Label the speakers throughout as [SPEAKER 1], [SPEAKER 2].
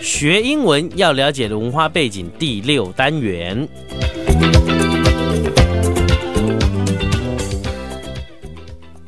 [SPEAKER 1] 学英文要了解的文化背景第六单元。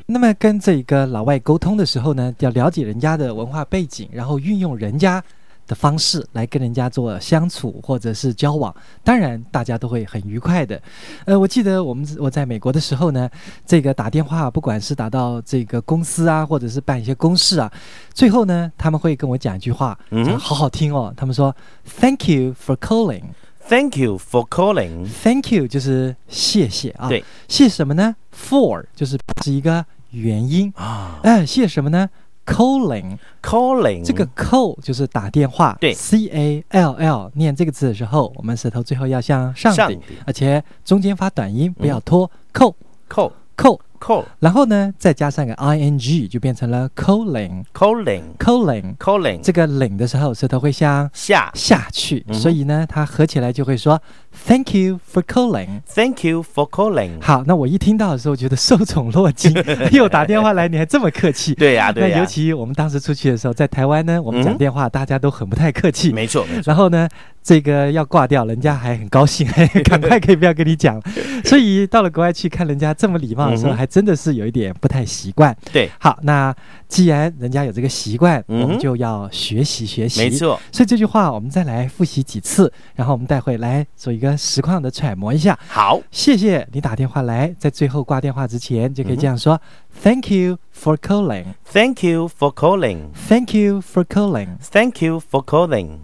[SPEAKER 2] 那么跟这个老外沟通的时候呢，要了解人家的文化背景，然后运用人家的方式来跟人家做相处或者是交往，当然大家都会很愉快的。呃，我记得我们我在美国的时候呢，这个打电话，不管是打到这个公司啊，或者是办一些公事啊，最后呢，他们会跟我讲一句话，
[SPEAKER 1] 嗯
[SPEAKER 2] 讲好好听哦，他们说 “Thank you for calling”。
[SPEAKER 1] Thank you for calling。
[SPEAKER 2] Thank you 就是谢谢啊，
[SPEAKER 1] 对，
[SPEAKER 2] 谢什么呢？For 就是是一个元音，
[SPEAKER 1] 啊
[SPEAKER 2] 哎，谢什么呢？Calling，、
[SPEAKER 1] ，calling
[SPEAKER 2] 这个 call 就是打电话，
[SPEAKER 1] 对
[SPEAKER 2] ，C A L L 念这个字的时候，我们舌头最后要向上
[SPEAKER 1] 上嗯
[SPEAKER 2] 顶，
[SPEAKER 1] 帝
[SPEAKER 2] 而且中间发短音，不要拖、call
[SPEAKER 1] call
[SPEAKER 2] call，
[SPEAKER 1] call
[SPEAKER 2] 然后呢再加上个 i n g 就变成了 calling
[SPEAKER 1] calling
[SPEAKER 2] calling，
[SPEAKER 1] calling
[SPEAKER 2] 这个领的时候舌头会向
[SPEAKER 1] 下
[SPEAKER 2] 下去，
[SPEAKER 1] 嗯哼
[SPEAKER 2] 所以呢它合起来就会说 Thank you for calling。
[SPEAKER 1] ，Thank you for calling。
[SPEAKER 2] 好，那我一听到的时候觉得受宠 若惊，又打电话来，你还这么客气。
[SPEAKER 1] 对呀啊对
[SPEAKER 2] 那
[SPEAKER 1] 呀
[SPEAKER 2] 尤，其我们当时出去的时候，在台湾呢，我
[SPEAKER 1] 嗯
[SPEAKER 2] 们讲电话、大家都很不太客气。
[SPEAKER 1] 没错没错。
[SPEAKER 2] 然后呢，这个要挂掉，人家还很高 兴，赶快可以不要跟你讲。所以到了国外去看人家这么礼貌的时候，
[SPEAKER 1] 嗯哼
[SPEAKER 2] 还真的是有一点不太习惯。
[SPEAKER 1] 对，
[SPEAKER 2] 好，那既然人家有这个习惯，
[SPEAKER 1] 嗯哼
[SPEAKER 2] 我们就要学习学习。
[SPEAKER 1] 没。错，
[SPEAKER 2] 所以这句话我们再来复习几次，然后我们待会来做一个实况的揣摩一下。
[SPEAKER 1] 好
[SPEAKER 2] 谢谢你打电话来，在最后挂电话之前
[SPEAKER 1] 嗯
[SPEAKER 2] 就可以这样说、t h a n k you for calling。
[SPEAKER 1] ，Thank you for calling。
[SPEAKER 2] Thank you for calling。
[SPEAKER 1] Thank you for calling。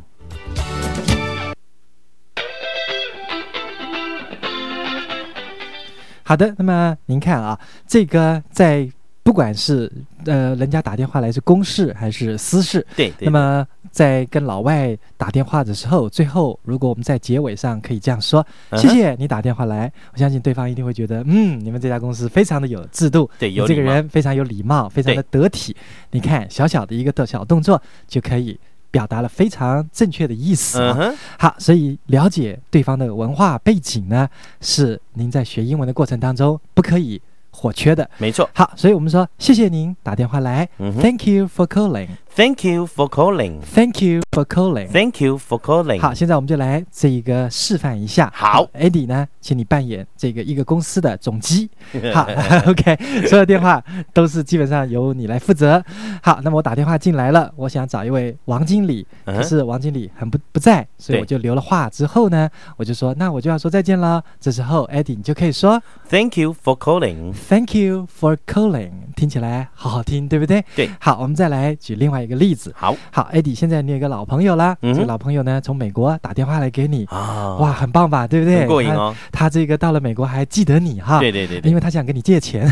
[SPEAKER 2] 好的，那么您看啊，这个在不管是呃人家打电话来是公事还是私事，
[SPEAKER 1] 对，对
[SPEAKER 2] 那么在跟老外打电话的时候，最后如果我们在结尾上可以这样说：“
[SPEAKER 1] 嗯哼
[SPEAKER 2] 谢谢你打电话来。”我相信对方一定会觉得，嗯，你们这家公司非常的有制度，
[SPEAKER 1] 对
[SPEAKER 2] 你
[SPEAKER 1] 有
[SPEAKER 2] 这
[SPEAKER 1] 礼
[SPEAKER 2] 个
[SPEAKER 1] 貌
[SPEAKER 2] 人非常有礼貌，非常的得体。你看，小小的一个的小动作就可以表达了非常正确的意思、啊。
[SPEAKER 1] 嗯哼，
[SPEAKER 2] 好，所以了解对方的文化背景呢，是您在学英文的过程当中不可以或缺的。
[SPEAKER 1] 没错。
[SPEAKER 2] 好，所以我们说谢谢您打电话来、
[SPEAKER 1] 嗯哼
[SPEAKER 2] t h a n k you for calling。
[SPEAKER 1] Thank you for calling。
[SPEAKER 2] Thank you for calling。
[SPEAKER 1] Thank you for calling。
[SPEAKER 2] 好，现在我们就来这一个示范一下。
[SPEAKER 1] 好
[SPEAKER 2] ，Eddie 呢，请你扮演这个一个公司的总机。
[SPEAKER 1] 嗯
[SPEAKER 2] 好 ，OK，所有电话都是基本上由你来负责。好，那么我打电话进来了，我想找一位王经理，
[SPEAKER 1] 嗯
[SPEAKER 2] 可
[SPEAKER 1] 哼
[SPEAKER 2] 是王经理很不不在，所以
[SPEAKER 1] 对
[SPEAKER 2] 我就留了话。之后呢，我就说那我就要说再见了。这时候 Eddie 你就可以说
[SPEAKER 1] Thank you for calling。
[SPEAKER 2] Thank you for calling，听起来好好听，对不对？
[SPEAKER 1] 对。
[SPEAKER 2] 好，我们再来举另外一个例子。
[SPEAKER 1] 好
[SPEAKER 2] 好，艾迪，现在你有一个老朋友啦，
[SPEAKER 1] 嗯哼
[SPEAKER 2] 这个老朋友呢从美国打电话来给你，
[SPEAKER 1] 啊，
[SPEAKER 2] 哇，，很棒吧，对不对？啊
[SPEAKER 1] 很过瘾哦。
[SPEAKER 2] 他。他这个到了美国还记得你哈，
[SPEAKER 1] 对对对
[SPEAKER 2] 因
[SPEAKER 1] 对，
[SPEAKER 2] 为他想跟你借 钱。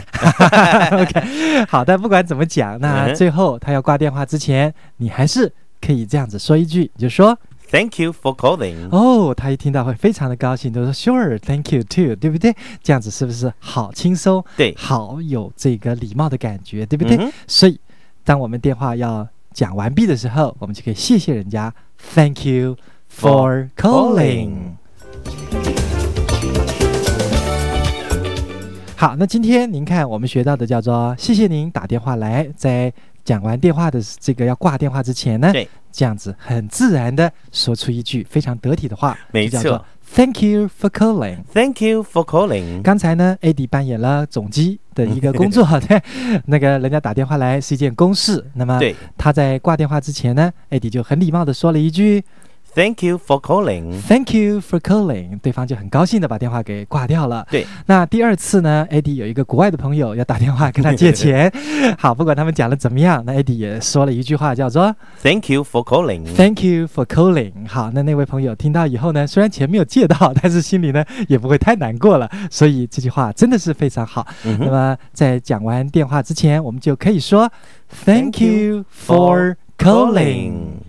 [SPEAKER 2] OK，好，但不管怎么讲，
[SPEAKER 1] 嗯
[SPEAKER 2] 那
[SPEAKER 1] 哼
[SPEAKER 2] 最后他要挂电话之前，你还是可以这样子说一句，你就说
[SPEAKER 1] Thank you for calling.
[SPEAKER 2] 哦，他一听到会非常的高兴，就说 Sure，Thank you too，对不对？这样子是不是好轻松，
[SPEAKER 1] 对
[SPEAKER 2] 好有这个礼貌的感觉，对不对？
[SPEAKER 1] 嗯哼
[SPEAKER 2] 所以，当我们电话要讲完毕的时候，我们就可以谢谢人家，Thank you for calling。好，那今天您看我们学到的叫做“谢谢您打电话来”，在讲完电话的这个要挂电话之前呢，
[SPEAKER 1] 对，
[SPEAKER 2] 这样子很自然的说出一句非常得体的话，
[SPEAKER 1] 没
[SPEAKER 2] 就叫做
[SPEAKER 1] 错
[SPEAKER 2] “Thank you for calling”。
[SPEAKER 1] Thank you for calling.
[SPEAKER 2] 刚才呢，AD 扮演了总机的一个工作， 对，那个人家打电话来是一件公事，那么
[SPEAKER 1] 对
[SPEAKER 2] 他在挂电话之前呢，AD 就很礼貌的说了一句
[SPEAKER 1] Thank you for calling.
[SPEAKER 2] “Thank you for calling”，对方就很高兴的把电话给挂掉了。
[SPEAKER 1] 对，
[SPEAKER 2] 那第二次呢，AD 有一个国外的朋友要打电话跟他 借钱， 好，不管他们讲的怎么样，那 AD 也说了一句话，叫做
[SPEAKER 1] Thank you for calling.
[SPEAKER 2] “Thank you for calling”。好，那那位朋友听到以后呢，虽然钱没有借到，但是心里呢也不会太难过了，所以这句话真的是非常好。
[SPEAKER 1] 嗯
[SPEAKER 2] 那
[SPEAKER 1] 哼
[SPEAKER 2] 么在讲完电话之前，我们就可以说 “Thank
[SPEAKER 1] Thank you
[SPEAKER 2] you for
[SPEAKER 1] for calling
[SPEAKER 2] calling”。